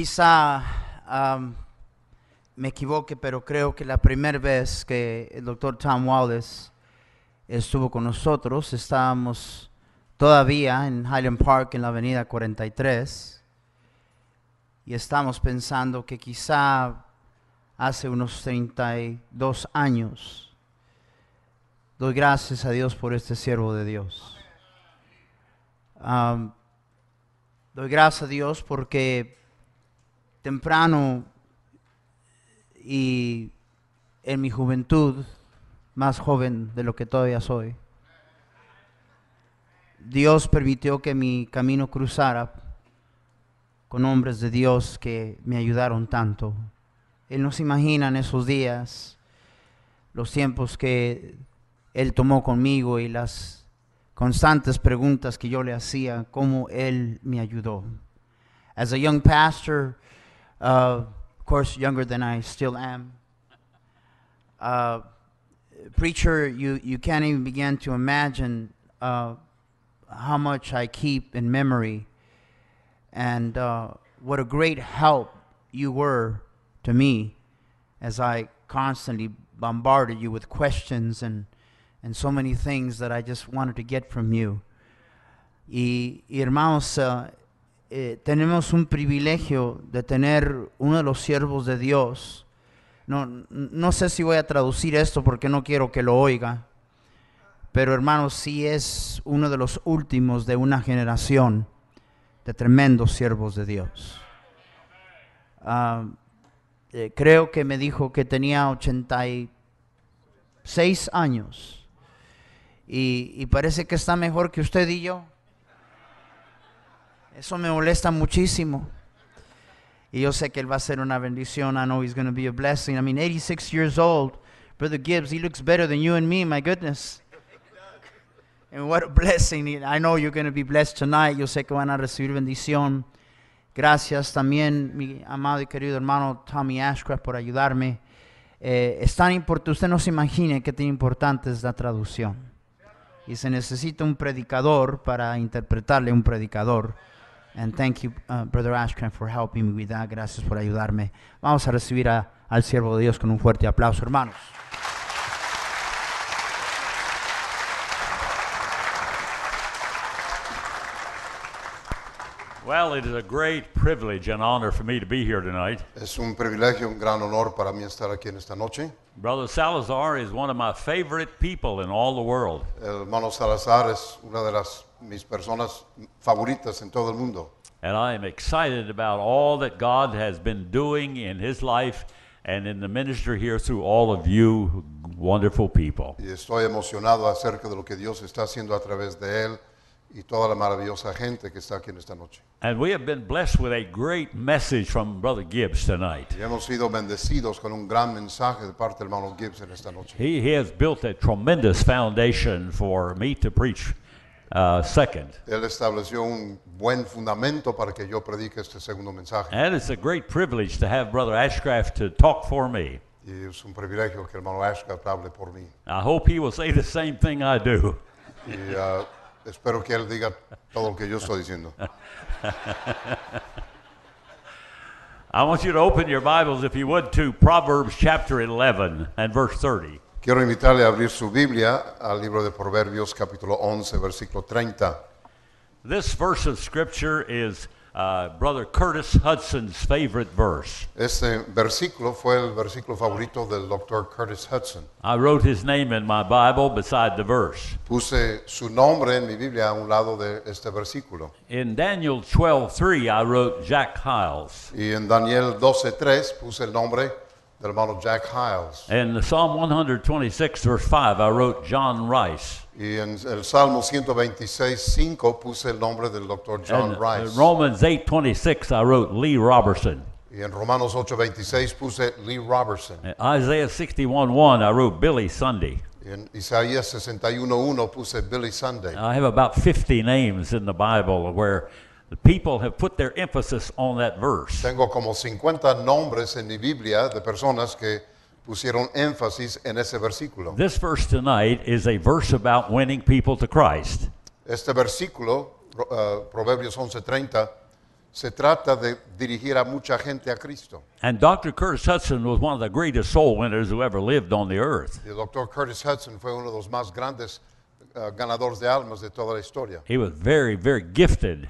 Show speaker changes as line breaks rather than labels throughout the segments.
Quizá um, me equivoque, pero creo que la primera vez que el doctor Tom Wallace estuvo con nosotros, estábamos todavía en Highland Park, en la avenida 43, y estamos pensando que quizá hace unos 32 años, doy gracias a Dios por este siervo de Dios. Um, doy gracias a Dios porque temprano y en mi juventud, más joven de lo que todavía soy, Dios permitió que mi camino cruzara con hombres de Dios que me ayudaron tanto. Él no se imagina en esos días los tiempos que Él tomó conmigo y las constantes preguntas que yo le hacía, cómo Él me ayudó. As a young pastor, Uh, of course, younger than I still am. Uh, preacher, you, you can't even begin to imagine uh, how much I keep in memory and uh, what a great help you were to me as I constantly bombarded you with questions and, and so many things that I just wanted to get from you. Y, y hermanos, Eh, tenemos un privilegio de tener uno de los siervos de Dios. No, no, sé si voy a traducir esto porque no quiero que lo oiga, pero hermanos, sí es uno de los últimos de una generación de tremendos siervos de Dios. Uh, eh, creo que me dijo que tenía 86 años y, y parece que está mejor que usted y yo. Eso me molesta muchísimo. Y yo sé que él va a ser una bendición. I know he's going to be a blessing. I mean, 86 years old. Brother Gibbs, he looks better than you and me, my goodness. And what a blessing. I know you're going to be blessed tonight. Yo sé que van a recibir bendición. Gracias también, mi amado y querido hermano Tommy Ashcraft, por ayudarme. Eh, es tan importante, usted no se imagine qué tan importante es la traducción. Y se necesita un predicador para interpretarle un predicador. And thank you, uh, Brother Ashcraft, for helping me with that. Gracias por ayudarme. Vamos a recibir a, al siervo de Dios con un fuerte aplauso, hermanos.
Well, it is a great privilege and honor for me to be here tonight.
Es un privilegio, un gran honor para mí estar aquí en esta noche.
Brother Salazar is one of my favorite people in all the world.
El hermano Salazar es una de las mis personas favoritas en todo el mundo.
And I am excited about all that God has been doing in his life and in the ministry here through all of you wonderful people.
Y estoy emocionado acerca de lo que Dios está haciendo a través de él y toda la maravillosa gente que está aquí en esta noche.
And we have been blessed with a great message from Brother Gibbs tonight.
Y hemos sido bendecidos con un gran mensaje de parte del hermano Gibbs en esta noche.
He, he has built a tremendous foundation for me to preach uh, second.
Él estableció un buen fundamento para que yo predique este segundo mensaje.
And it's a great privilege to have Brother Ashcraft to talk for me.
Y es un privilegio que el hermano Ashcraft hable por mí.
I hope he will say the same thing I do.
Y, uh, Espero que él diga todo lo que yo estoy diciendo.
I want you to open your Bibles, if you would, to Proverbs chapter 11 and verse 30.
Quiero invitarle a abrir su Biblia al libro de Proverbios capítulo 11 versículo 30.
This verse of scripture is uh, Brother Curtis Hudson's favorite verse.
Este versículo fue el versículo favorito del doctor Curtis Hudson.
I wrote his name in my Bible beside the verse.
Puse su nombre en mi Biblia a un lado de este versículo.
In Daniel 12:3, I wrote Jack Hiles.
Y en Daniel 12.3 puse el nombre del hermano Jack Hiles.
In Psalm 126, verse 5, I wrote John Rice.
Y en el Salmo 126.5 puse el nombre del doctor John
And uh,
Rice.
Romans 8:26, I wrote Lee Robertson.
Y en Romanos 8.26 puse Lee Robertson.
In Isaiah 61:1, I wrote Billy Sunday.
Y en Isaías 61.1 puse Billy Sunday.
I have about 50 names in the Bible where the people have put their emphasis on that verse.
Tengo como 50 nombres en mi Biblia de personas que pusieron énfasis en ese versículo.
This verse tonight is a verse about winning people to Christ.
Este versículo, Pro- eh, Proverbios 11:30, se trata de dirigir a mucha gente a Cristo.
And Dr. Curtis Hudson was one of the greatest soul winners who ever lived on the earth.
Y el doctor Curtis Hudson fue uno de los más grandes eh, ganadores de almas de toda la historia.
He was very, very gifted.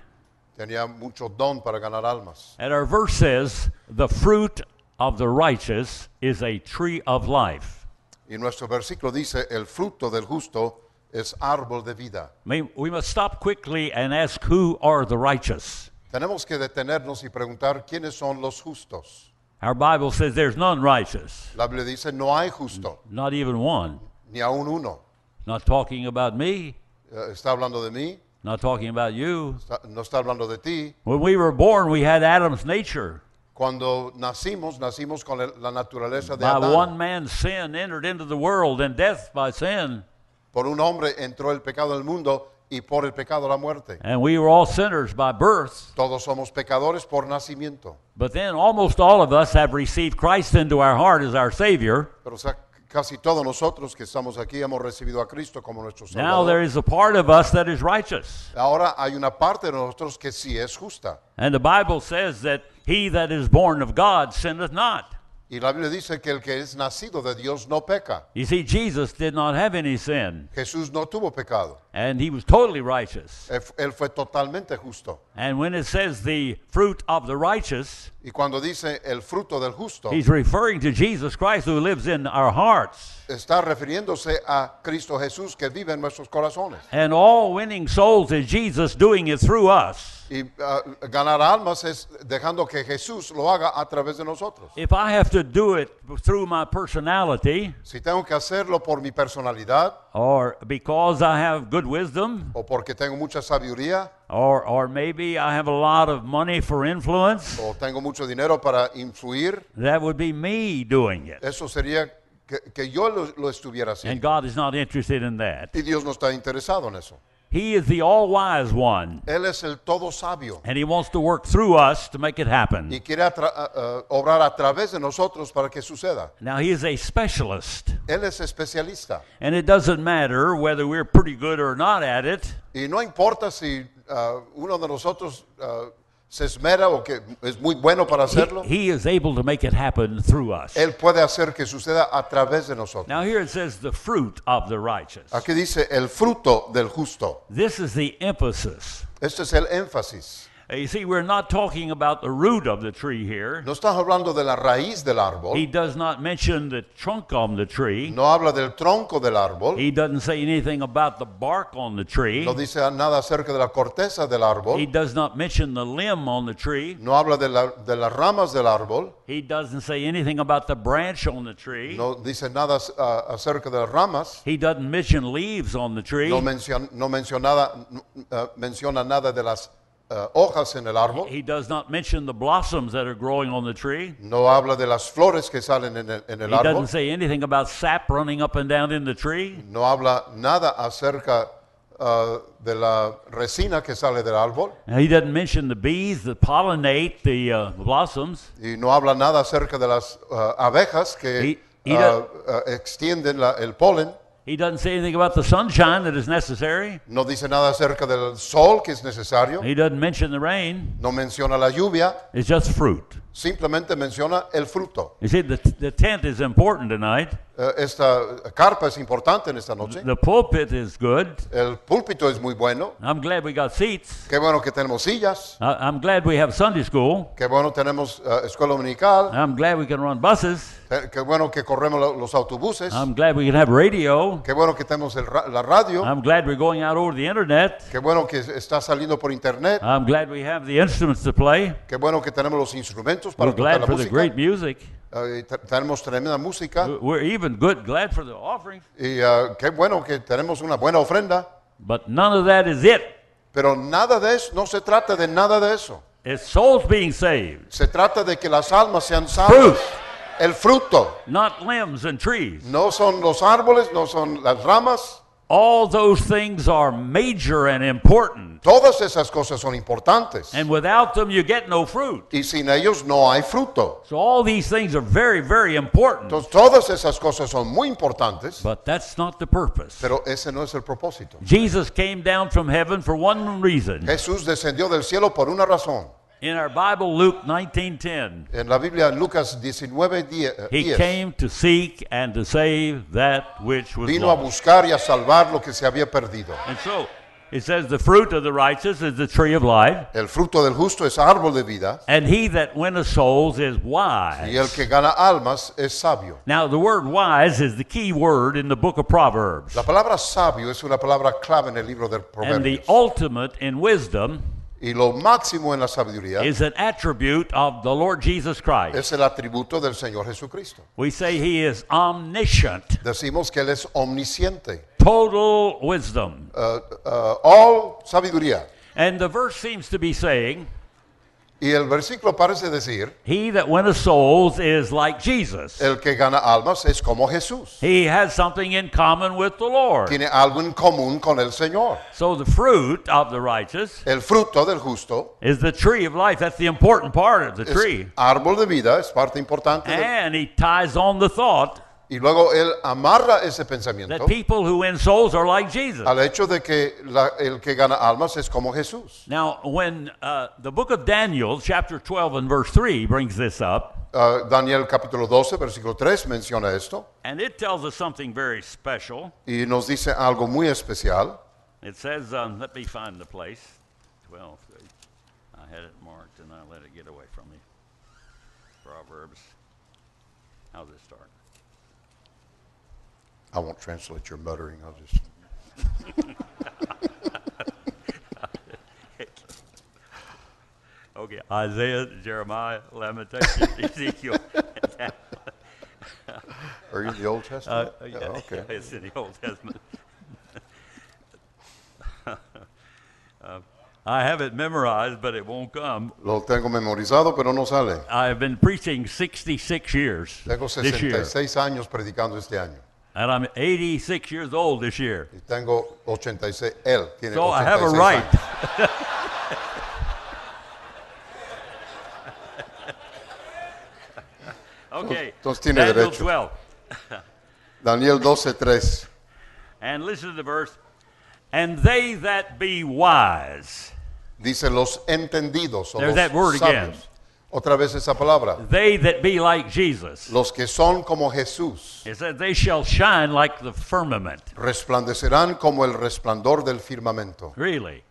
Tenía mucho don para ganar almas.
And our verse says, The fruit of the righteous is a tree of life.
Y nuestro versículo dice, el fruto del justo es árbol de vida.
I mean, we must stop quickly and ask, Who are the righteous?
Tenemos que detenernos y preguntar quiénes son los justos.
Our Bible says there's none righteous,
La Biblia dice, no hay justo,
not even one.
ni aún uno.
Not talking about me,
Eh, Está hablando de mí,
not talking about you.
está- no está hablando de ti.
When we were born, we had Adam's nature.
Cuando nacimos, nacimos con el- la naturaleza de
By
Adán.
one man's sin entered into the world, and death by sin.
Por un hombre entró el pecado al mundo y por el pecado la muerte.
And we were all sinners by birth.
Todos somos pecadores por nacimiento.
But then almost all of us have received Christ into our heart as our Savior.
Pero sa- casi todos nosotros que estamos aquí hemos recibido a Cristo como nuestro
Now there
Salvador.
is a part of us that is righteous.
Ahora hay una parte de nosotros que sí es justa.
And the Bible says that he that is born of God sinneth not.
Y la Biblia dice que el que es nacido de Dios no peca.
You see, Jesus did not have any sin,
Jesús no tuvo pecado.
and he was totally righteous.
Él, fu- él fue totalmente justo.
And when it says the fruit of the righteous,
Y cuando dice el fruto del justo,
he's referring to Jesus Christ who lives in our hearts.
está refiriéndose a Cristo Jesús que vive en nuestros corazones.
And all winning souls is Jesus doing it through us.
Y ah, ganar almas es dejando que Jesús lo haga a través de nosotros.
If I have to do it through my personality,
Si tengo que hacerlo por mi personalidad
or because I have good wisdom,
o porque tengo mucha sabiduría
or, or maybe I have a lot of money for influence,
o tengo mucho dinero para influir,
that would be me doing it.
eso sería que, que yo lo, lo estuviera
And
haciendo.
God is not interested in that.
Y Dios no está interesado en eso.
He is the all wise one,
Él es el todo sabio
and He wants to work through us to make it happen.
y quiere atra- ah, ah, obrar a través de nosotros para que suceda.
Now, He is a specialist,
Él es especialista
and it doesn't matter whether we're pretty good or not at it.
y no importa si ah, uno de nosotros ah, se esmera o que es muy bueno para
He,
hacerlo.
he is able to make it happen through us.
Él puede hacer que suceda a través de nosotros.
Now, here it says the fruit of the righteous.
Aquí dice el fruto del justo.
This is the emphasis.
Este es el énfasis.
Uh, You see, we're not talking about the root of the tree here.
No estás hablando de la raíz del
He
árbol.
does not mention the trunk on the tree.
No habla del tronco del árbol.
He doesn't say anything about the bark on the tree.
No dice nada acerca de la corteza del
He
árbol.
does not mention the limb on the tree.
No habla de, la- de las ramas del árbol.
He doesn't say anything about the branch on the tree.
No dice nada ah, acerca de las ramas.
He doesn't mention leaves on the tree.
No, mencion- no mencionada- no, ah, menciona nada de las ah, hojas en el árbol.
He does not mention the blossoms that are growing on the tree.
No habla de las flores que salen en el, en el
He doesn't
árbol.
say anything about sap running up and down in the tree.
No habla nada acerca ah, de la resina que sale del árbol.
And he doesn't mention the bees that pollinate the uh, blossoms.
Y no habla nada acerca de las ah, abejas que
Y- y
ah,
da-
ah, extienden la- el polen.
He doesn't say anything about the sunshine that is necessary.
No dice nada acerca del sol que es necesario.
He doesn't mention the rain.
No menciona la lluvia.
It's just fruit.
Simplemente menciona el fruto.
You see, the, the tent is important tonight.
eh, esta carpa es importante en esta noche.
The pulpit is good.
El púlpito es muy bueno.
I'm glad we got seats.
Qué bueno que tenemos sillas.
I- I'm glad we have Sunday school.
Qué bueno tenemos eh, escuela dominical.
I'm glad we can run buses.
Eh, Qué bueno que corremos lo- los autobuses.
I'm glad we can have radio.
Qué bueno que tenemos el ra- la radio.
I'm glad we're going out over the internet.
Qué bueno que está saliendo por internet.
I'm glad we have the instruments to play.
Qué bueno que tenemos los instrumentos para
We're
tocar
glad
la
for the
música.
great Oh. music.
Eh, y te- tenemos tremenda música.
We're- We're even good, glad for the offerings.
Y ah, qué bueno que tenemos una buena ofrenda.
But none of that is it.
Pero nada de eso, no se trata de nada de eso.
It's souls being saved,
Se trata de que las almas sean salvas.
Fruit.
El fruto.
not limbs and trees.
No son los árboles, no son las ramas.
All those things are major and important.
Todas esas cosas son importantes.
And without them, you get no fruit.
Y sin ellos no hay fruto.
So all these things are very, very important.
Entonces todas esas cosas son muy importantes,
But that's not the purpose.
pero ese no es el propósito.
Jesus came down from heaven for one reason.
Jesús descendió del cielo por una razón.
In our Bible, Luke 19:10,
En la Biblia, en Lucas 19, die- eh,
he
10,
came to seek and to save that which was
vino a
lost.
buscar y a salvar lo que se había perdido.
And so it says, The fruit of the righteous is the tree of life,
El fruto del justo es árbol de vida
and he that winneth souls is
y el
wise.
que gana almas es sabio.
Now, the word wise is the key word in the book of Proverbs.
La palabra sabio es una palabra clave en el libro del
And the
Proverbios.
ultimate in wisdom
Y lo máximo en la sabiduría
is an attribute of the Lord Jesus Christ.
es el atributo del Señor Jesucristo.
We say he is omniscient,
Decimos que Él es omnisciente,
total wisdom.
eh, eh, all sabiduría.
And the verse seems to be saying,
Y el versículo parece decir,
He that winneth souls is like Jesus.
el que gana almas es como Jesús.
He has something in common with the Lord.
Tiene algo en común con el Señor.
So the fruit of the righteous
El fruto del justo
is the tree of life. That's the important part of the
es
tree. Eh.
árbol de vida, es parte importante. de-
And he ties on the thought
y luego Él amarra ese
that
pensamiento
people who win souls are like Jesus.
al hecho de que la- el que gana almas es como Jesús.
Now, when uh, the book of Daniel, chapter 12 and verse 3, brings this up,
Ah, Daniel capítulo 12, versículo 3 menciona esto
and it tells us something very special.
y nos dice algo muy especial.
It says, um, let me find the place. 12. I had it marked and I let it get away from me. Proverbs. How's it start?
I won't translate your muttering. I'll just.
Okay, Isaiah, Jeremiah, Lamentation, Ezekiel. Uh,
Are you in the Old Testament?
Uh,
Yeah,
yeah,
Oh, okay.
yeah, it's in the Old Testament. Uh, I have it memorized, but it won't come.
Lo tengo memorizado, pero no sale.
I've been preaching 66 years
Tengo
this year,
66 años predicando este año.
and I'm 86 years old this year.
Y tengo 86. Él tiene
So I
86
have a right.
años.
okay.
Entonces tiene
Daniel
derecho.
12.
Daniel 12, 3.
And listen to the verse. And they that be wise,
Dice los entendidos o
There's
los
that word
sabios.
again.
Otra vez esa palabra.
they that be like Jesus,
Los que son como Jesús
it said they shall shine like the firmament.
resplandecerán como el resplandor del firmamento.
Really?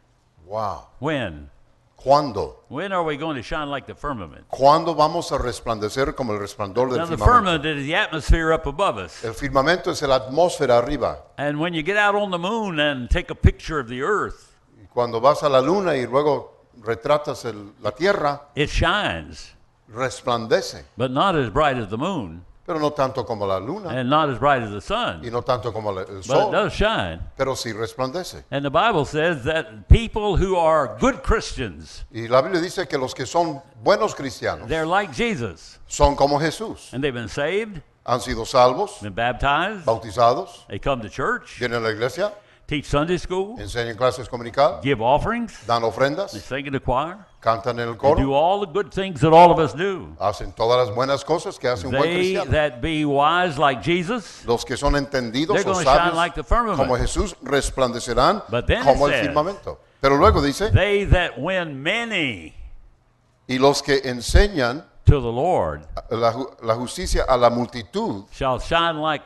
Wow.
When?
¿Cuándo?
When are we going to shine like the firmament?
¿Cuándo vamos a resplandecer como el resplandor
Now,
del
the
firmamento?
firmament is the atmosphere up above us.
El firmamento es la atmósfera arriba.
And when you get out on the moon and take a picture of the earth,
Y Cuando vas a la luna y luego retratas el- la tierra,
it shines,
resplandece,
but not as bright as the moon
pero no tanto como la luna
and not as bright as the
y
sun,
no tanto como la-
Eh. but
el
it
sol,
does shine.
pero sí resplandece.
And the Bible says that people who are good Christians,
Y la Biblia dice que los que son buenos cristianos
they're like Jesus.
son como Jesús.
And they've been saved,
Han sido salvos,
been baptized,
Oh. bautizados,
they come to church,
vienen a la iglesia,
teach Sunday school,
enseñan clases comunicadas,
give offerings,
dan
they
ofrendas,
sing in the choir,
cantan en
they
el
do
coro,
all the good things that all of us do.
hacen todas las buenas cosas que hace un buen
They
cristiano.
that be wise like Jesus,
Los que son entendidos
They're
o
gonna shine
sabios
like the firmament.
como Jesús resplandecerán
But then it
como el
says-
firmamento. Pero luego dice,
they that win many
y los que enseñan
to the Lord
La, ju- la justicia a la multitud
shall shine like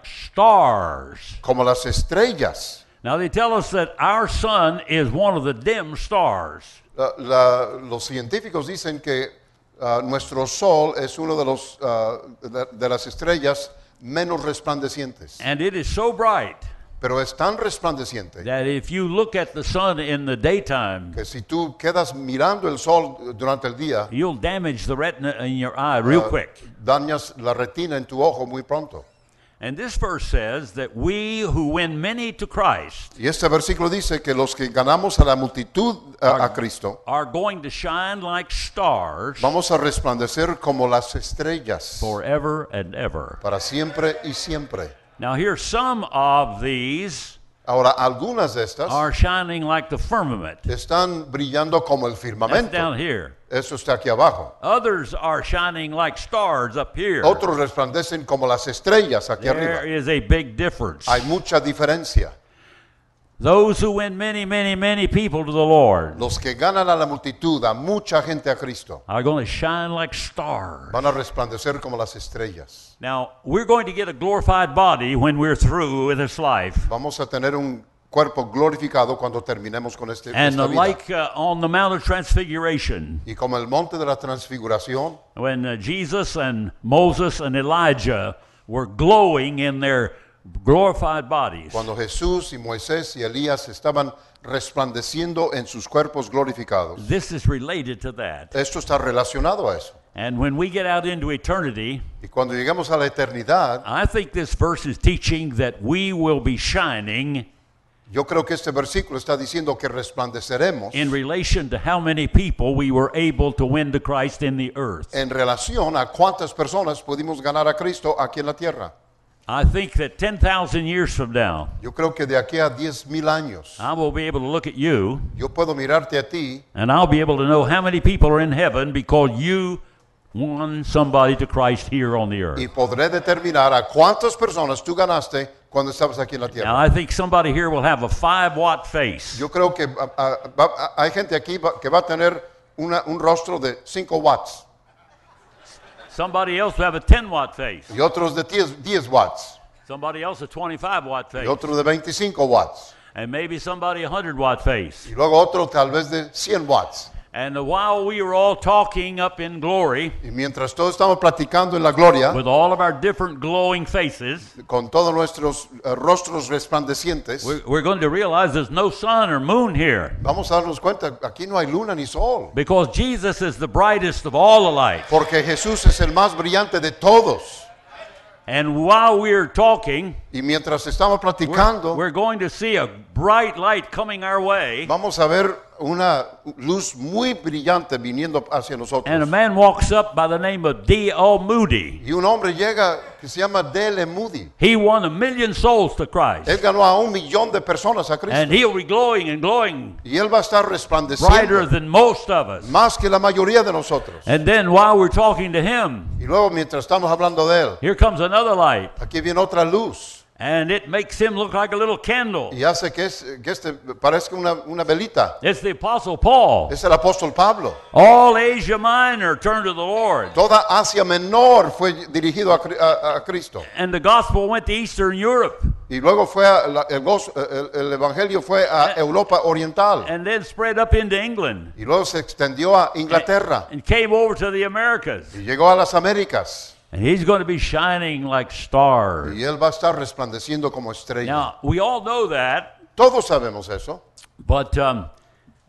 stars.
como las estrellas.
Now they tell us that our sun is one of the dim stars.
La- la- los científicos dicen que ah, nuestro sol es uno de, los, ah, de, de las estrellas menos resplandecientes,
And it is so bright
pero es tan resplandeciente
that if you look at the sun in the daytime,
que si tú quedas mirando el sol durante el día,
you'll damage the retina in your eye real
ah,
quick.
dañas la retina en tu ojo muy pronto.
And this verse says that we who win many to Christ
Y este versículo dice que los que ganamos a la multitud a, a Cristo,
are going to shine like stars
vamos a resplandecer como las estrellas
forever and ever.
para siempre y siempre.
Now, here some of these
Ahora, algunas de estas
are shining like the firmament.
están brillando como el
That's
firmamento.
down here.
Eso está aquí abajo.
Others are shining like stars up here.
Otros resplandecen como las estrellas aquí
There
arriba.
is a big difference.
Hay mucha diferencia.
Those who win many, many, many people to the Lord
Los que ganan a la multitud, a mucha gente a Cristo,
are going to shine like stars.
van a resplandecer como las estrellas.
Now, we're going to get a glorified body when we're through with this life.
Vamos a tener un cuerpo glorificado cuando terminemos con este
And
esta
the
vida.
like uh, on the Mount of Transfiguration,
Y como el monte de la transfiguración,
when uh, Jesus and Moses and Elijah were glowing in their glorified bodies.
cuando Jesús y Moisés y Elías estaban resplandeciendo en sus cuerpos glorificados.
This is related to that.
Esto está relacionado a eso.
And when we get out into eternity,
Y cuando llegamos a la eternidad,
I think this verse is teaching that we will be shining
yo creo que este versículo está diciendo que resplandeceremos
in relation to how many people we were able to win to Christ in the earth.
en relación a cuántas personas pudimos ganar a Cristo aquí en la tierra.
I think that 10,000 years from now,
Yo creo que de aquí a 10.000 años
I will be able to look at you
yo puedo mirarte a ti
and I'll be able to know how many people are in heaven because you won somebody to Christ here on the
y
earth.
podré determinar a cuántas personas tú ganaste cuando estabas aquí en la
Now,
tierra.
I think somebody here will have a 5 watt face.
Yo creo que ah, ah, va- ah, hay gente aquí va- que va a tener una- un rostro de 5 watts
Somebody else will have a 10 watt face.
y otros de 10, 10 watts
Somebody else a 25 watt
y
face.
otro de 25 watts
And maybe somebody a 100 watt face.
y luego otro tal vez de 100 watts.
And while we were all talking up in glory
Y mientras todos estamos platicando en la gloria,
with all of our different glowing faces,
con todos nuestros eh, rostros resplandecientes,
we're, we're going to realize there's no sun or moon here
Vamos a darnos cuenta, aquí no hay luna ni sol,
because Jesus is the brightest of all the light.
porque Jesús es el más brillante de todos.
And while we're talking,
Y mientras estamos platicando,
we're going to see a bright light coming our way.
vamos a ver una luz muy brillante viniendo hacia
And a
nosotros.
man walks up by the name of D.L. Moody.
Y un hombre llega que se llama Dele Moody.
He won a million souls to Christ.
Él ganó a un millón de personas a
And
Cristo.
he'll be glowing and glowing
Y él va a estar
brighter
resplandeciendo
than most of us.
más que la mayoría de nosotros.
And then while we're talking to him,
Y luego mientras estamos hablando de él,
here comes another light.
aquí viene otra luz
and it makes him look like a little candle.
y hace que, es- que este parezca una, una velita.
It's the Apostle Paul.
Es el apóstol Pablo.
All Asia Minor turned to the Lord,
Toda Asia Menor fue dirigido a, Cri- a- a Cristo.
and the gospel went to Eastern Europe
Y luego fue a la- el, gozo- el- el Evangelio fue a Europa Oriental.
and then spread up into England
Y luego se extendió a Inglaterra.
and came over to the Americas.
Y llegó a las Américas.
And he's going to be shining like stars.
Y él va a estar resplandeciendo como estrella.
Now, we all know that,
Todos sabemos eso.
but um,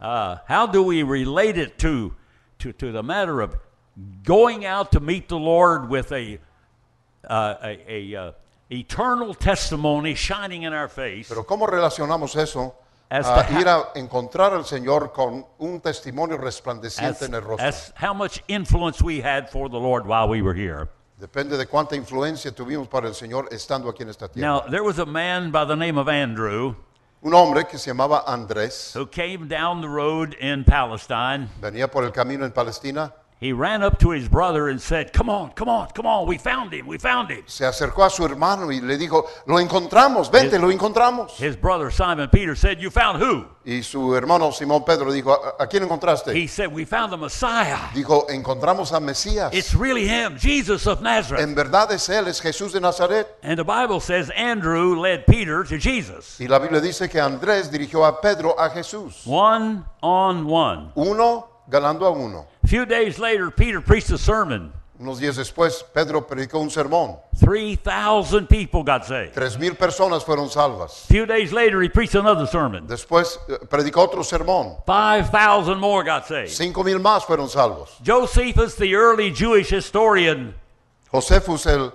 uh, how do we relate it to, to, to the matter of going out to meet the Lord with a, uh, a, a uh, eternal testimony shining in our face?
Pero ¿cómo relacionamos eso
As
a
to ha-
ir a encontrar al Señor con un testimonio
as,
resplandeciente en el rostro?
as how much influence we had for the Lord while we were here.
Depende de cuánta influencia tuvimos para el Señor estando aquí en esta tierra.
Now, there was a man by the name of Andrew
Un hombre que se llamaba Andrés
who came down the road in Palestine.
venía por el camino en Palestina.
he ran up to his brother and said, Come on, come on, come on, we found him, we found him.
Se acercó a su hermano y le dijo, lo encontramos, vente, lo encontramos.
His brother Simon Peter said, You found who?
Y su hermano Simón Pedro dijo, ¿a, a quién encontraste?
He said, We found the Messiah.
Dijo, encontramos a Mesías.
It's really him, Jesus of Nazareth.
En verdad es Él, es Jesús de Nazaret.
And the Bible says Andrew led Peter to Jesus.
Y la Biblia dice que Andrés dirigió a Pedro a Jesús.
One on one.
Uno ganando a uno.
A few days later, Peter preached a sermon.
Unos días después, Pedro predicó un sermón.
3,000 people got saved.
Tres mil personas fueron salvas.
A few days later, he preached another sermon.
Después eh, predicó otro sermón.
5,000 more got saved.
Cinco mil más fueron salvos.
Josephus, the early Jewish historian,
Josefus, el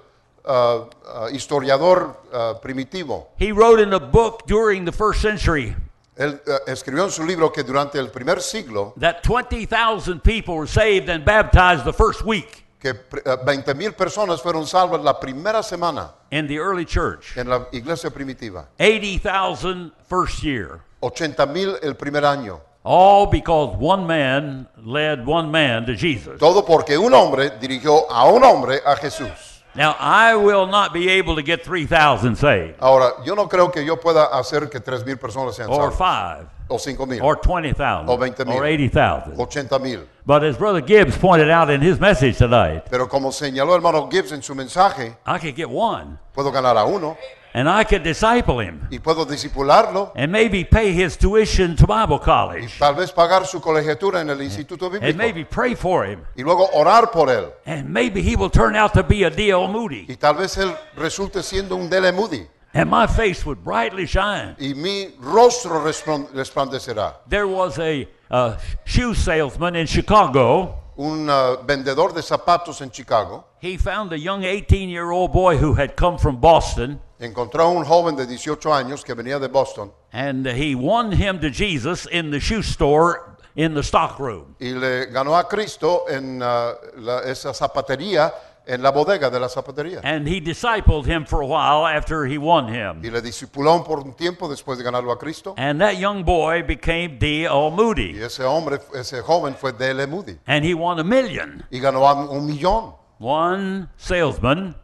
ah, ah, historiador ah, primitivo,
he wrote in a book during the first century
él eh, escribió en su libro que durante el primer siglo,
that 20,000 people were saved and baptized the first week
que eh, veinte mil personas fueron salvas la primera semana
in the early church,
en la iglesia primitiva.
80,000 first year.
Ochenta mil el primer año.
All because one man led one man to Jesus.
Todo porque un hombre dirigió a un hombre a Jesús.
Now, I will not be able to get 3,000 saved,
Ahora, yo no creo que yo pueda hacer que tres mil personas sean
or
salvas.
5,
O cinco mil.
or 20,000,
Or 20,000.
or 80,000.
Ochenta mil.
But as Brother Gibbs pointed out in his message tonight,
Pero como señaló hermano Gibbs en su mensaje,
I could get one,
puedo ganar a uno
and I could disciple him,
y puedo discipularlo
and maybe pay his tuition to Bible
y
college,
tal vez pagar su colegiatura en el instituto
and
bíblico
maybe pray for him,
y luego orar por él.
and maybe he will turn out to be a D.L. Moody,
Y tal vez él resulte siendo un Dele Moody
and my face would brightly shine.
y mi rostro resplan- resplandecerá.
There was a uh, shoe salesman in Chicago.
Un ah, vendedor de zapatos en Chicago
He found a young 18 year old boy who had come from Boston
encontró a un joven de 18 años que venía de Boston
and he won him to Jesus in the shoe store in the stockroom.
y le ganó a Cristo en ah, la- esa zapatería, en la bodega de la zapatería.
And he discipled him for a while after he won
Y
him.
le discipuló por un tiempo después de ganarlo a Cristo.
And that young boy became D.L.
Y
Moody.
ese hombre, ese joven fue Dele Moody
And he won a million.
y ganó a un millón.
One salesman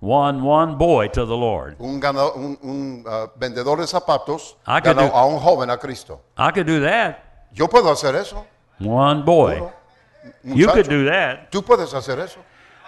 won one boy to the Lord.
Un, gana- un- un, ah, vendedor de zapatos
Ah, que
ganó
tú-
a un joven a Cristo.
I could do that.
Yo puedo hacer eso.
One boy. You
muchacho.
could do that.
Tú puedes hacer eso.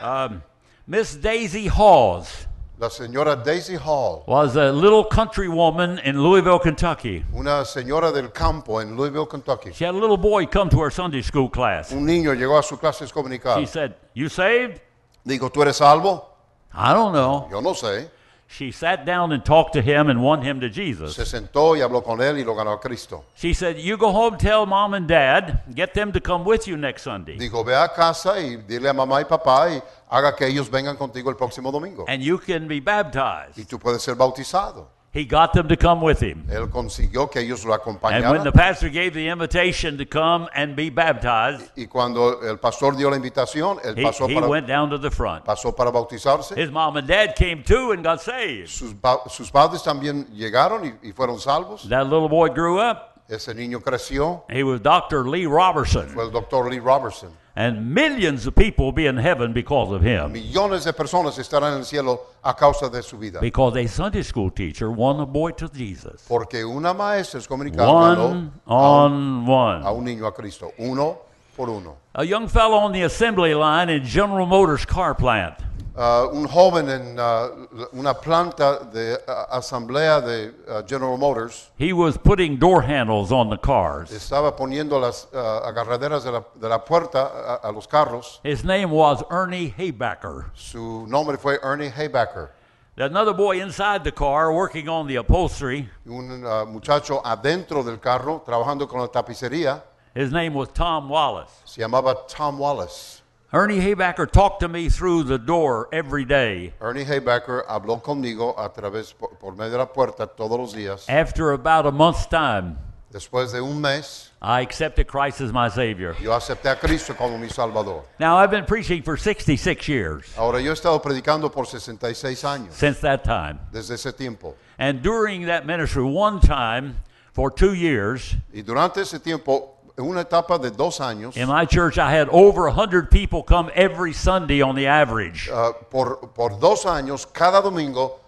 Um, Miss Daisy Hawes
La señora Daisy Hall,
was a little country woman in Louisville, Kentucky.
una señora del campo en Louisville, Kentucky.
She had a little boy come to her Sunday school class.
Un niño llegó a su clase
She
comunicadas.
said, You saved?
Digo, ¿tú eres salvo?
I don't know.
Yo no sé.
She sat down and talked to him and won him to Jesus.
Se sentó y habló con él y lo ganó a Cristo.
She said, You go home, tell mom and dad, get them to come with you next Sunday.
Digo, ve a casa y dile a mamá y papá y haga que ellos vengan contigo el próximo domingo.
And you can be
Y
baptized.
tú puedes ser bautizado.
He got them to come with him.
Él consiguió que ellos lo
And when
acompañaran.
the pastor gave the invitation to come and be baptized,
Y cuando el pastor dio la invitación, él
he,
pasó,
he
para,
went down to the front.
pasó para bautizarse.
His mom and dad came too and got saved.
Sus, pa- sus padres también llegaron y, y fueron salvos.
That little boy grew up.
Ese niño creció.
He was Dr. Lee Robertson.
Fue el doctor Lee Robertson.
And millions of people will be in heaven because of him.
Millones de personas estarán en el cielo a causa de su vida.
Because a Sunday school teacher won a boy to Jesus.
Porque una maestra es comunicada
One on
a
one.
un niño a Cristo, uno por uno.
A young fellow on the assembly line in General Motors car plant.
Ah, un joven en ah, una planta de ah, asamblea de ah, General Motors
He was putting door handles on the cars.
estaba poniendo las ah, agarraderas de la, de la puerta a, a los carros.
His name was Ernie Haybacker.
Su nombre fue Ernie Haybacker.
Another boy inside the car working on the upholstery.
Un ah, muchacho adentro del carro trabajando con la tapicería
His name was Tom Wallace.
se llamaba Tom Wallace.
Ernie Haybacker talked to me through the door every day.
Ernie Haybacker habló conmigo a través por, por medio de la puerta todos los días.
After about a month's time,
Después de un mes,
I accepted Christ as my Savior.
yo acepté a Cristo como mi Salvador.
Now, I've been preaching for 66 years
Ahora yo he estado predicando por 66 años.
since that time.
desde ese tiempo.
And during that ministry, one time for two years,
Y durante ese tiempo, en una etapa de dos años,
In my church, I had over 100 people come every Sunday on the average.
ah, por, por dos años, cada domingo,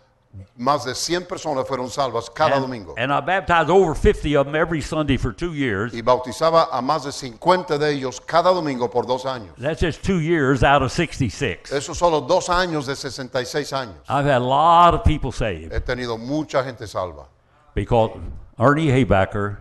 más de 100 personas fueron salvas cada domingo.
And I baptized over 50 of them every Sunday for two years.
y bautizaba a más de 50 de ellos cada domingo por dos años.
That's just two years out of 66.
Esos solo dos años de 66 años.
I've had a lot of people saved
He tenido mucha gente salva
because Ernie Haybacker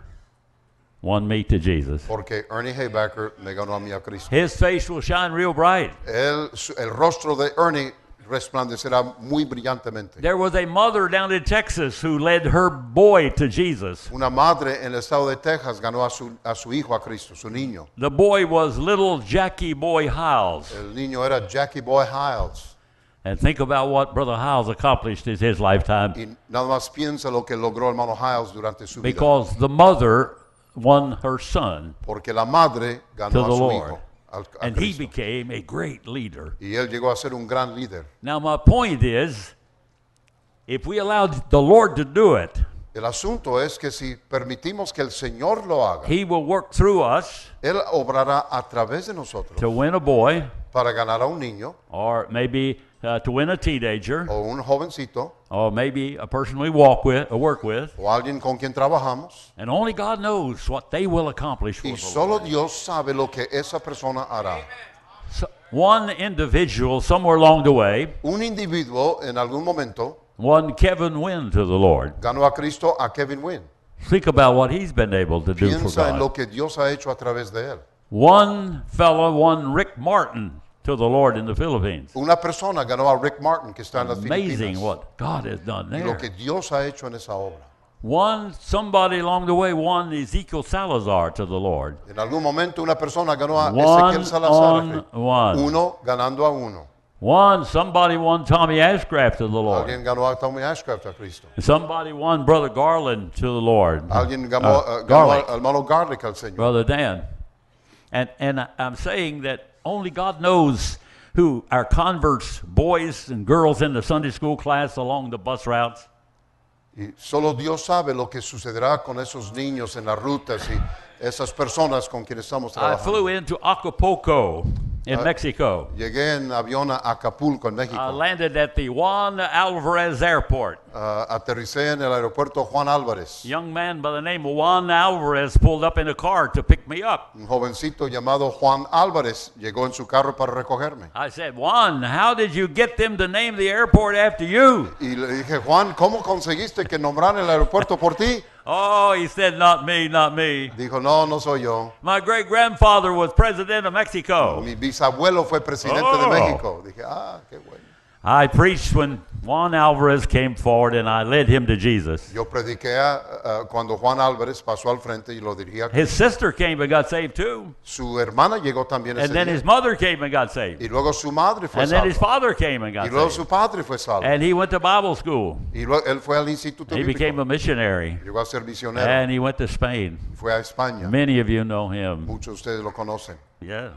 won me to Jesus.
porque Ernie Haybacker me ganó a mí a Cristo.
His face will shine real bright.
El, su- el rostro de Ernie resplandecerá muy brillantemente.
There was a mother down in Texas who led her boy to Jesus.
Una madre en el estado de Texas ganó a su, a su hijo a Cristo, su niño.
The boy was little Jackie Boy Hiles.
El niño era Jackie Boy Hiles.
And think about what Brother Hiles accomplished in his lifetime
Y nada más piensa lo que logró hermano Hiles durante su vida.
because the mother won her son.
Porque la madre
To
ganó a
the
su
Lord.
hijo. al- a
And he
Cristo.
became a great leader.
Y él llegó a ser un gran líder.
Now, my point is if we allow the Lord to do it,
El asunto es que si permitimos que el Señor lo haga,
he will work through us
Él obrará a través de nosotros
to win a boy
para ganar a un niño
or maybe uh, to win a teenager
o un jovencito
or maybe a person we walk with or work with.
o alguien con quien trabajamos
And only God knows what they will accomplish for
y
the Lord.
solo Dios sabe lo que esa persona hará.
So- one individual somewhere along the way
Un individuo en algún momento
won Kevin Wynn to the Lord.
ganó a Cristo a Kevin Wynn.
Think about what he's been able to do for
Piensa en lo
God.
que Dios ha hecho a través de él.
One fellow won Rick Martin to the Lord in the Philippines.
Una persona ganó a Rick Martin que está en las
Amazing
Filipinas.
what God has done
Y
there.
lo que Dios ha hecho en esa obra.
One somebody along the way won Ezekiel Salazar to the Lord.
En algún momento una persona ganó a
One
Ezequiel Salazar.
on one.
Uno ganando a uno.
One somebody won Tommy Ashcraft to the Lord.
Alguien ganó a Tommy Ashcraft a Cristo.
Somebody won Brother Garland to the Lord.
Alguien ganó,
Uh,
eh, ganó
Garlic.
al hermano Garlic al Señor.
Brother Dan. And, and I- I'm saying that only God knows who our converts, boys and girls in the Sunday school class along the bus routes.
Y solo Dios sabe lo que sucederá con esos niños en las rutas y esas personas con quienes estamos
I
trabajando.
flew into Acapulco in Mexico.
Llegué en avión a Acapulco, en México.
I landed at the Juan Alvarez Airport.
Ah, aterricé en el aeropuerto Juan Álvarez.
A young man by the name of Juan Alvarez pulled up in a car to pick me up.
Un jovencito llamado Juan Álvarez llegó en su carro para recogerme.
I said, Juan, how did you get them to name the airport after you?
Y le dije, Juan, ¿cómo conseguiste que nombraran el aeropuerto por ti?
Oh, he said, not me, not me.
Dijo, no, no soy yo.
My great grandfather was president of Mexico.
Mi bisabuelo fue presidente de
Oh.
México. Dije, ah, qué bueno.
I preached when Juan Alvarez came forward and I led him to Jesus.
Yo prediqué ah, ah, cuando Juan Álvarez pasó al frente y lo dirigía.
His sister came and got saved too.
Su hermana llegó también
And
ese
then
día.
his mother came and got saved.
Y luego su madre fue
And then his
salva.
father came and
Y
got
luego
saved.
su padre fue salvo.
And he went to Bible school.
Y luego él fue al instituto
He
bíblico.
became a missionary.
Llegó a ser misionero.
And he went to Spain.
fue a España.
Many of you know him.
Muchos de ustedes lo conocen.
Yeah.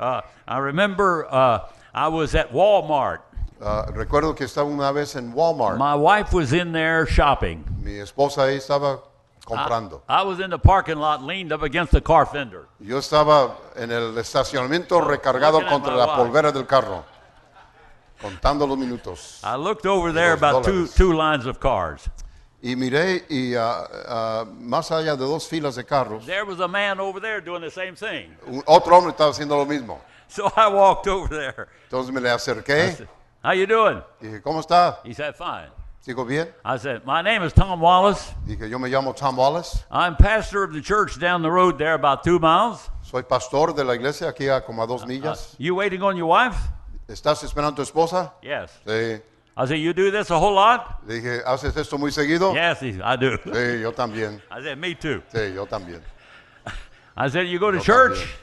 Uh, I remember uh, I was at Walmart.
Ah, recuerdo que estaba una vez en Walmart.
My wife was in there shopping.
Mi esposa ahí estaba comprando.
I was in the parking lot, leaned up against the car fender.
Yo estaba en el estacionamiento recargado
looking at
contra
my
la
watch.
polvera del carro. Contando los minutos.
I looked over there
Those
about two,
dollars.
two lines of cars.
Y miré y ah, ah, más allá de dos filas de carros,
There was a man over there doing the same thing.
un- otro hombre estaba haciendo lo mismo.
So I walked over there.
Entonces me le
I
acerqué
said, How you doing?
y dije, ¿cómo está?
He said, Fine.
¿Sigo bien?
I said, My name is Tom Wallace.
Dije, yo me llamo Tom Wallace,
I'm pastor of the church down the road there about two miles.
soy pastor de la iglesia aquí a como a
Ah,
dos millas.
You waiting on your wife?
¿Estás esperando a tu esposa?
Yes.
Sí.
I said, You do this a whole lot?
Le dije, ¿haces esto muy seguido?
Yes, he said, I do.
Sí, yo también.
I said, Me too.
Sí, yo también.
I said, You go to
Yo
church?
también.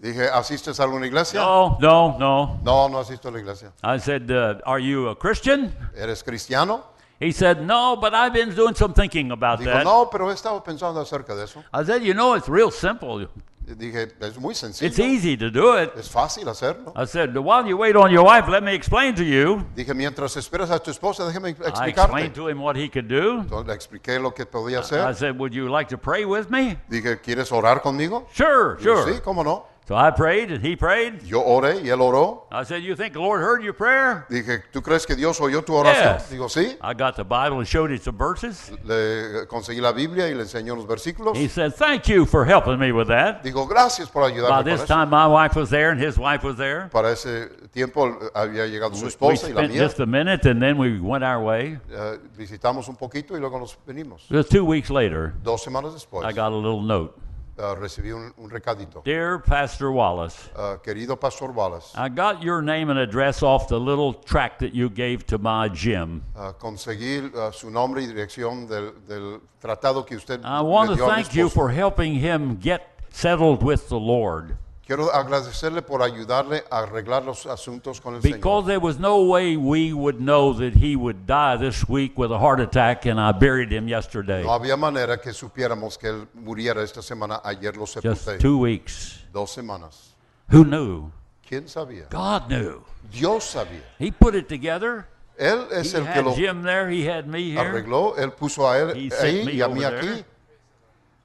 Dije, ¿asistes a alguna iglesia?
No, no, no.
No, no asisto a la iglesia.
I said, uh, Are you a Christian?
¿Eres cristiano?
He said, No, but I've been doing some thinking about
Digo,
that.
no, pero he estado pensando acerca de eso.
I said, You know, it's real simple.
Dije, es muy sencillo.
It's easy to do it.
Es fácil hacerlo.
I said, while you wait on your wife, let me explain to you.
Dije, mientras esperas a tu esposa, déjame
I explained
explicarte.
Ah, to Ah, him what he could do.
Entonces, le expliqué lo que podía
I
hacer.
said, Would you like to pray with me?
Dije, ¿quieres orar conmigo?
Sure,
Dijo,
sure.
Sí, cómo no.
So I prayed and he prayed.
Yo oré y él oró.
I said, You think the Lord heard your prayer?
Dije, ¿tú crees que Dios oyó tu oración?
Yes.
Digo, sí.
I got the Bible and showed him some verses.
Le conseguí la Biblia y le enseñó los versículos.
He said, Thank you for helping me with that.
Digo, gracias por
By
ayudarme.
this
Para, eso.
time, my wife was there and his wife was there.
Para ese tiempo eh, había llegado su
We
esposa y la
spent
mía.
just a minute and then we went our way.
Eh, visitamos un poquito y luego nos venimos.
Just two weeks later,
Dos semanas después
I got a little note
eh, recibí un, un recadito.
Dear Pastor Wallace,
Eh, querido Pastor Wallace,
I got your name and address off the little tract that you gave to my gym.
eh, conseguí eh, su nombre y dirección del, del tratado que usted
I want
le
to
dio a mi
thank you
esposo.
for helping him get settled with the Lord
Quiero agradecerle por ayudarle a arreglar los asuntos con el
because there was no way we would know that he would die this week with a heart attack and I buried him yesterday.
Señor. No había manera que supiéramos que él muriera esta semana. Ayer lo
Just
sepulté.
two weeks.
Dos semanas.
Who knew?
¿Quién sabía?
God knew.
Dios sabía.
He put it together.
Él
He
es el que
had
lo
Jim there. He had me here.
arregló. Él puso a él
He sent
ahí
me
y a mí
over there.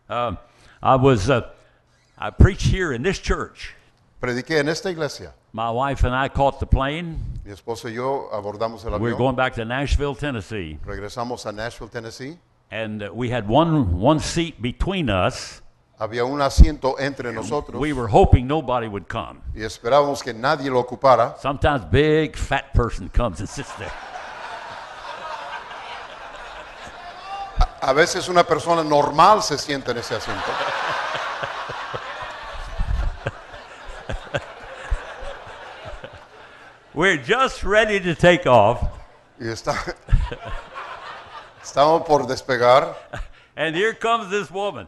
aquí.
Um, I was, uh, I preached here in this church.
Prediqué en esta iglesia.
My wife and I caught the plane.
Mi esposo y yo abordamos el
We're
avión.
going back to Nashville, Tennessee,
Regresamos a Nashville, Tennessee.
and uh, we had one one seat between us.
Había un asiento entre nosotros
We were hoping nobody would come.
y esperábamos que nadie lo ocupara.
Sometimes big fat person comes and sits there.
A veces una persona normal se sienta en ese asiento.
We're just ready to take off,
Y está... Estamos por despegar.
and here comes this woman.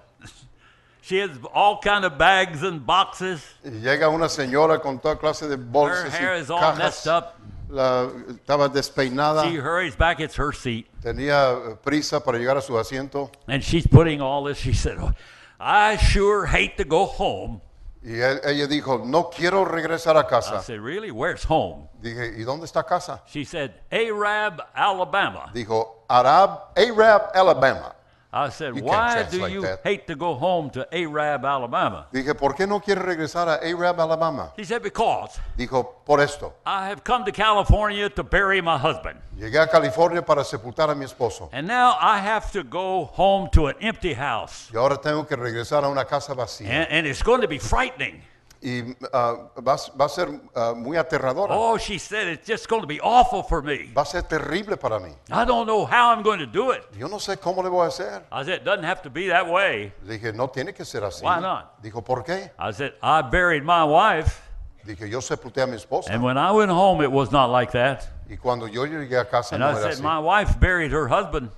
She has all kind of bags and boxes.
Y llega una señora con toda clase de
Her
bolsas
hair
y
is all messed
cajas.
up.
La- estaba despeinada,
She hurries back. It's her seat,
tenía eh, prisa para llegar a su asiento
and she's putting all this. She said, "Oh, "I sure hate to go home."
y él- ella dijo, no quiero regresar a
I
casa.
said, "Really? Where's home?"
Dije, ¿y dónde está casa?
She said, "Arab, Alabama."
Dijo, Arab, Arab, Alabama.
I said,
You can't
"Why do
translate
you
that.
hate to go home to Arab, Alabama?"
Dije, ¿por qué no quiere regresar a Arab, Alabama?
She said, "Because."
Dijo, por esto.
I have come to California to bury my husband.
Llegué a California para sepultar a mi esposo
And now I have to go home to an empty house.
y ahora tengo que regresar a una casa vacía.
And, and it's going to be frightening.
Y ah, va, a s- va a ser ah, muy aterradora.
Oh, she said, it's just going to be awful for me.
Va a ser terrible para mí.
I don't know how I'm going to do it.
Yo no sé cómo le voy a hacer.
I said, it doesn't have to be that way.
Pues Le dije, no tiene que ser así.
Why not?
Dijo, ¿por qué?
I said, I buried my wife.
Dije, yo sepulté a mi esposa.
And when I went home, it was not like that.
y cuando yo llegué a casa
And
no
I
era
said,
así.
my wife buried her husband.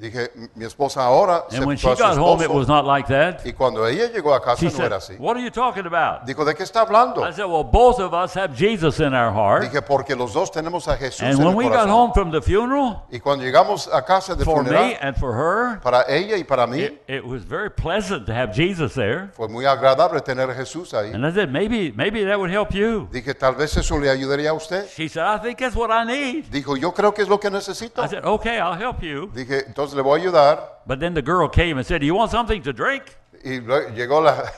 Dije, "M- mi esposa ahora
And when she
sepultó a
got
su
home, it
esposo.
was not like that.
y cuando ella llegó a casa
She
no era
said,
así.
what are you talking about?
Dijo, ¿de qué está hablando?
I said, well, both of us have Jesus in our heart.
Dije, porque los dos tenemos a Jesús
And
en
when
el
we
corazón.
got home from the funeral,
y cuando llegamos a casa de
for me
funeral,
and for her,
para ella y para mí,
it, it was very pleasant to have Jesus there.
fue muy agradable tener a Jesús ahí.
And I said, maybe, maybe that would help you.
Dije, tal vez eso le ayudaría a usted.
She said, I think that's what I need.
Dijo, yo creo que es lo que necesito.
I said, okay, I'll help you.
Dije, entonces le voy a ayudar.
But then the girl came and said, do you want something to drink?
Y luego llegó la,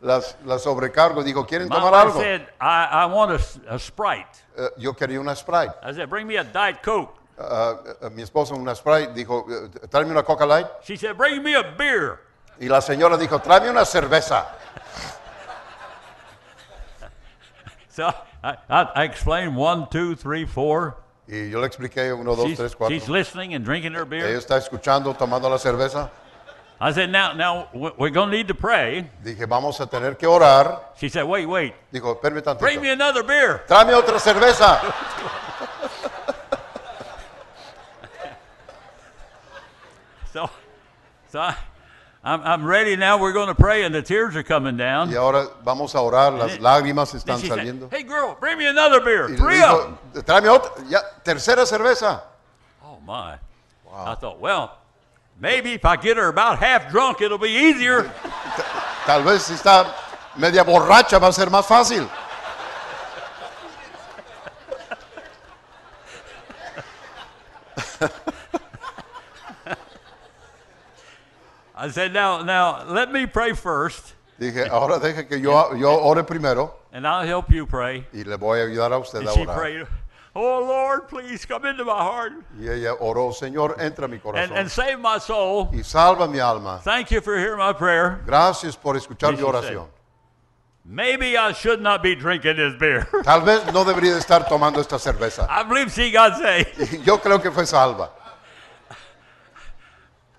las- la sobrecargo. Dijo, ¿quieren
My
tomar
wife
algo?
said, I, I want a, s- a Sprite.
Eh, yo quería una Sprite.
I said, bring me a Diet Coke.
Ah, ah, mi esposa una Sprite, dijo, eh, tráeme una Coca Light.
She said, bring me a beer.
Y la señora dijo, tráeme una cerveza.
So I, I, I explained one, two, three, four.
Y yo le expliqué, uno, dos,
She's,
tres, cuatro.
she's listening and drinking her beer.
Ella está escuchando, tomando la cerveza.
I said, now, now we- we're going to need to pray.
Dije, vamos a tener que orar.
She said, wait, wait,
Dijo, permítanme
bring me another beer.
Tráeme otra cerveza.
So, so I, I'm, I'm ready now. We're going to pray, and the tears are coming down.
Y ahora vamos a orar, las lágrimas
Then
están
she
saliendo.
said, Eh, hey, girl, bring me another beer.
Y le
Three of them.
dijo, tráeme otra, ya, tercera cerveza.
Oh, my. I thought, well, maybe if I get her about half drunk, it'll be easier.
Tal vez si está Media borracha va a ser más fácil.
I said, now, now, let me pray first,
Dije, ahora deje que yo, yo ore primero
and I'll help you pray.
y le voy a ayudar a usted
And
a
she
orar.
prayed, Oh Lord, please come into my heart
Y ella oró, Señor, entra a mi
and,
corazón
and save my soul.
y salva mi alma.
Thank you for hearing my prayer.
Gracias por
Yes,
escuchar mi
you
oración.
Maybe I should not be drinking this beer.
Tal vez no debería de estar tomando esta cerveza.
I believe she got saved.
Y Yo creo que fue salva.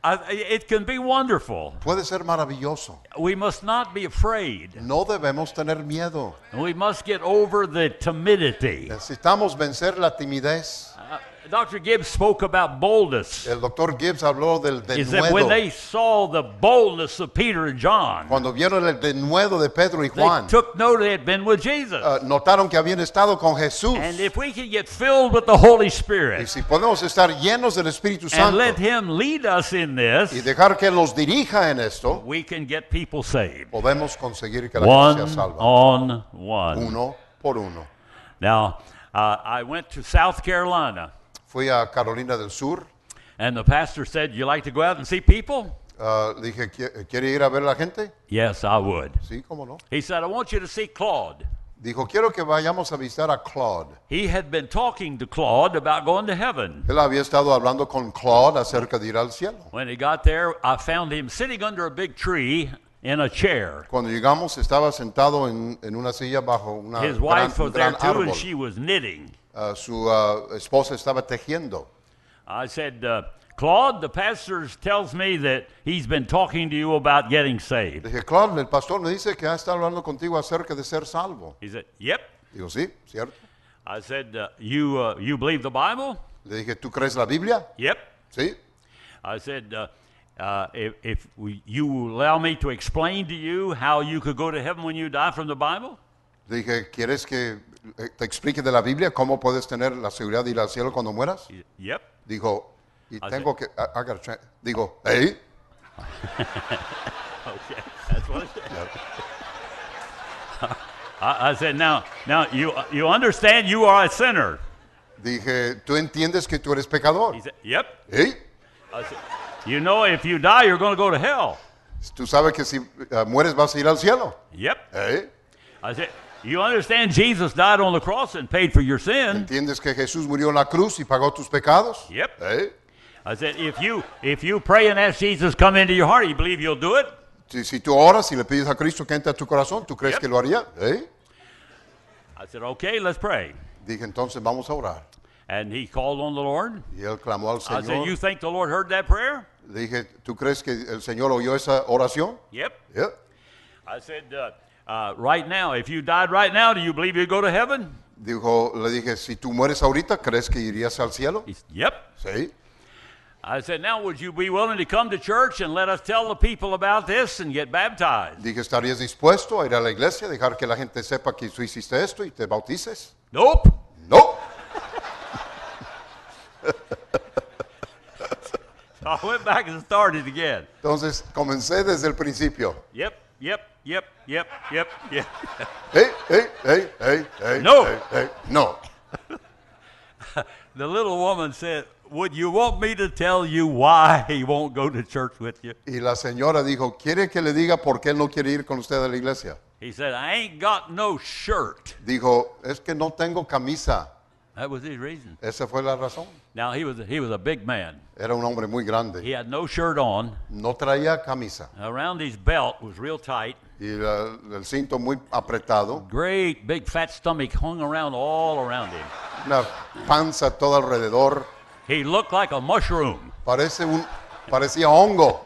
I, it can be wonderful.
Puede ser maravilloso.
We must not be afraid.
No debemos tener miedo.
We must get over the timidity.
Necesitamos vencer la timidez.
Uh, Dr. Gibbs spoke about boldness.
El doctor Gibbs habló del
Is that when
denuedo.
they saw the boldness of Peter and John,
Cuando vieron el denuedo de Pedro y
they
Juan,
took note they had been with Jesus.
eh, notaron que habían estado con Jesús.
And if we can get filled with the Holy
Y
Spirit
si podemos estar llenos del Espíritu
and let
Santo
Him lead us in
y
this,
dejar que los dirija en esto,
we can get people saved.
podemos conseguir que la gente
One
sea salva.
on one.
Uno por uno.
Now, uh, I went to South Carolina,
Fui a Carolina del Sur.
and the pastor said, You like to go out and see people?
ah, dije, "¿Qui- ¿quiere ir a ver a la gente?
Yes, I would.
Sí, cómo no.
He said, I want you to see Claude.
Dijo, quiero que vayamos a visitar a Claude.
He had been talking to Claude about going to heaven.
Él había estado hablando con Claude acerca de ir al cielo.
When he got there, I found him sitting under a big tree in a chair.
Cuando llegamos estaba sentado en, en una silla bajo una,
His
gran,
wife
un
was there
gran
too,
árbol.
and she was knitting.
Ah, su ah, esposa estaba tejiendo.
I said, uh, Claude, the pastor tells me that he's been talking to you about getting saved.
Dije, Claude, el pastor me dice que ha estado hablando contigo acerca de ser salvo.
He said, Yep.
Digo, sí, ¿cierto?
I said, uh, you, uh, you believe the Bible?
Le dije, ¿tú crees la Biblia?
Yep.
Sí.
I said, uh, uh, if, if we, you will allow me to explain to you how you could go to heaven when you die from the Bible?
Le dije, ¿quieres que eh, te explique de la Biblia cómo puedes tener la seguridad de ir al cielo cuando mueras?
He said, Yep.
Dijo, y
Ah,
tengo que... I- I gotta try- Digo, ¿eh?
Okay, that's what I said. I, I said, now, now you, you understand you are a sinner.
Dije, ¿tú entiendes que tú eres pecador?
He said, Yep.
¿Eh?
I said, you know, if you die, you're going to go to hell.
Tú sabes que si eh, mueres vas a ir al cielo.
Yep.
¿Eh?
I said, you understand Jesus died on the cross and paid for your sin.
¿Entiendes que Jesús murió en la cruz y pagó tus pecados?
Yep.
¿Eh?
I said, if you if you pray and ask Jesus come into your heart, you believe you'll do it.
Si, si tú oras y le pides a Cristo que entre a tu corazón, ¿tú crees
Yep.
que lo haría? ¿Eh?
I said, okay, let's pray.
Dije, entonces vamos a orar.
And he called on the Lord.
Y él clamó al
I said, you
Señor.
think the Lord heard that prayer?
Dije, ¿tú crees que el Señor oyó esa oración?
Yep.
Yep.
I said, uh, uh, right now, if you died right now, do you believe you'd go to heaven?
Dijo, le dije, si tú mueres ahorita, ¿crees que irías al cielo?
He said, yep.
Sí.
I said, now would you be willing to come to church and let us tell the people about this and get baptized?
Dije, ¿estarías dispuesto a ir a la iglesia, dejar que la gente sepa que tú hiciste esto y te bautices?
Nope.
No.
So I went back and started again.
Entonces comencé desde el principio.
Yep, yep, yep, yep, yep, yep.
Hey, hey, hey, hey, hey,
No.
hey, hey, no.
The little woman said, Would you want me to tell you why he won't go to church with you?
Y la señora dijo, ¿quiere que le diga por qué él no quiere ir con usted a la iglesia?
He said, I ain't got no shirt.
Dijo, es que no tengo camisa.
That was his reason.
Esa fue la razón.
Now he was he was a big man.
Era un hombre muy grande.
He had no shirt on.
No traía camisa.
Around his belt was real tight.
Y la- el cinto muy apretado.
Great big fat stomach hung around all around him.
Una panza todo alrededor.
He looked like a mushroom.
Parece un, parecía hongo.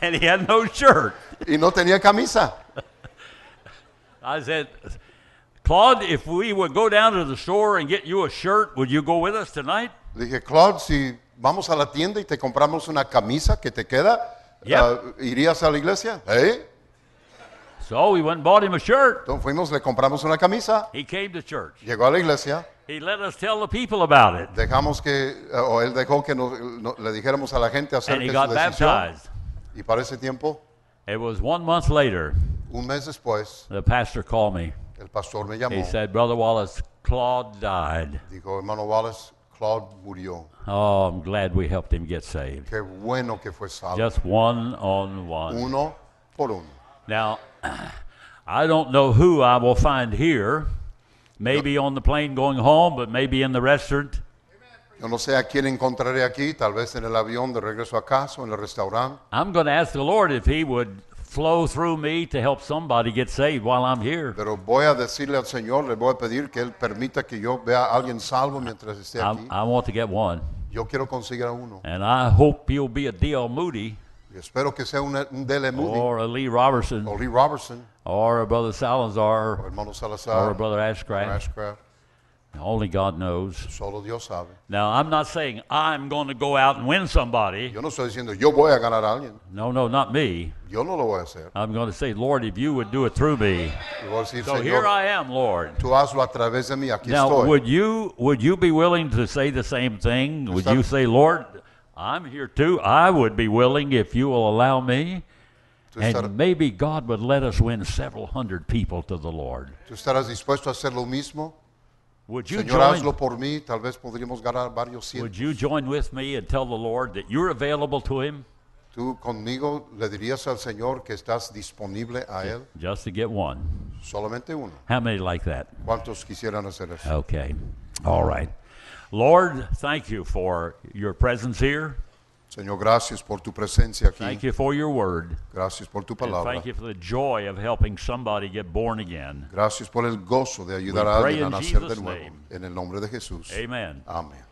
And he had no shirt.
Y no tenía camisa.
I said, Claude, if we would go down to the store and get you a shirt, would you go with us tonight?
Le dije, Claude, si vamos a la tienda y te compramos una camisa que te queda,
Yep.
ah, ¿irías a la iglesia? ¿Eh?
So we went and bought him a shirt.
Entonces fuimos, le compramos una camisa,
He came to church.
llegó a la iglesia, eh,
He let us tell the people about it.
dejamos que, o él dejó que nos- no- le dijéramos a la gente
And
acerca
he
de su
got
decisión
baptized.
Y para ese tiempo,
It was one month later,
un mes después,
the pastor called me.
el pastor me llamó.
He said, Brother Wallace, Claude died.
Dijo, hermano Wallace, Claude murió.
Oh, I'm glad we helped him get saved.
Qué bueno que fue salvo.
Just one on one.
Uno por uno.
Now, I don't know who I will find here. Maybe on the plane going home, but maybe in the restaurant.
Yo no sé a quién encontraré aquí, tal vez en el avión de regreso a casa o en el restaurante.
I'm going to ask the Lord if He would flow through me to help somebody get saved while I'm here.
Pero voy a decirle al Señor, le voy a pedir que Él permita que yo vea a alguien salvo mientras esté
I,
aquí.
I want to get one.
Yo quiero conseguir a uno.
And I hope you'll be a D.L. Moody
Y espero que sea un, un Dele Moody Oh.
or a Lee Robertson
o Lee Robertson
or a Brother
o
Salazar
hermano
or a
Salazar.
Brother Ashcraft.
Uh, Ashcraft.
Only God knows.
Solo Dios sabe.
Now, I'm not saying I'm going to go out and win somebody.
Yo no estoy diciendo yo voy a ganar a alguien.
No, no, not me.
Yo no lo voy a hacer.
I'm going to say, Lord, if you would do it through me.
Yo voy a decir,
So here
Señor,
I am, Lord.
tú hazlo a través de mí. Aquí
Now,
estoy.
would you would you be willing to say the same thing? Would
Yes,
you
sir.
say, Lord, I'm here too. I would be willing if you will allow me.
Tú, estar-
And maybe God would let us win several hundred people to the Lord.
tú estarás dispuesto a hacer lo mismo.
Would you
Señor, hazlo
join?
por mí. Tal vez podríamos ganar varios cientos.
Would you join with me and tell the Lord that you're available to Him
Tú conmigo le dirías al Señor que estás disponible a Él.
just to get one?
Solamente uno.
How many like that?
¿Cuántos quisieran hacer eso?
Okay. All right. Lord, thank you for your presence here.
Señor, gracias por tu presencia
Thank
aquí.
you for your word.
Gracias por tu
And
palabra.
thank you for the joy of helping somebody get born again.
Gracias por el gozo de ayudar
We
a
pray
alguien a
in
nacer de
Jesus'
nuevo.
name.
En el nombre de Jesús.
Amen.
Amén.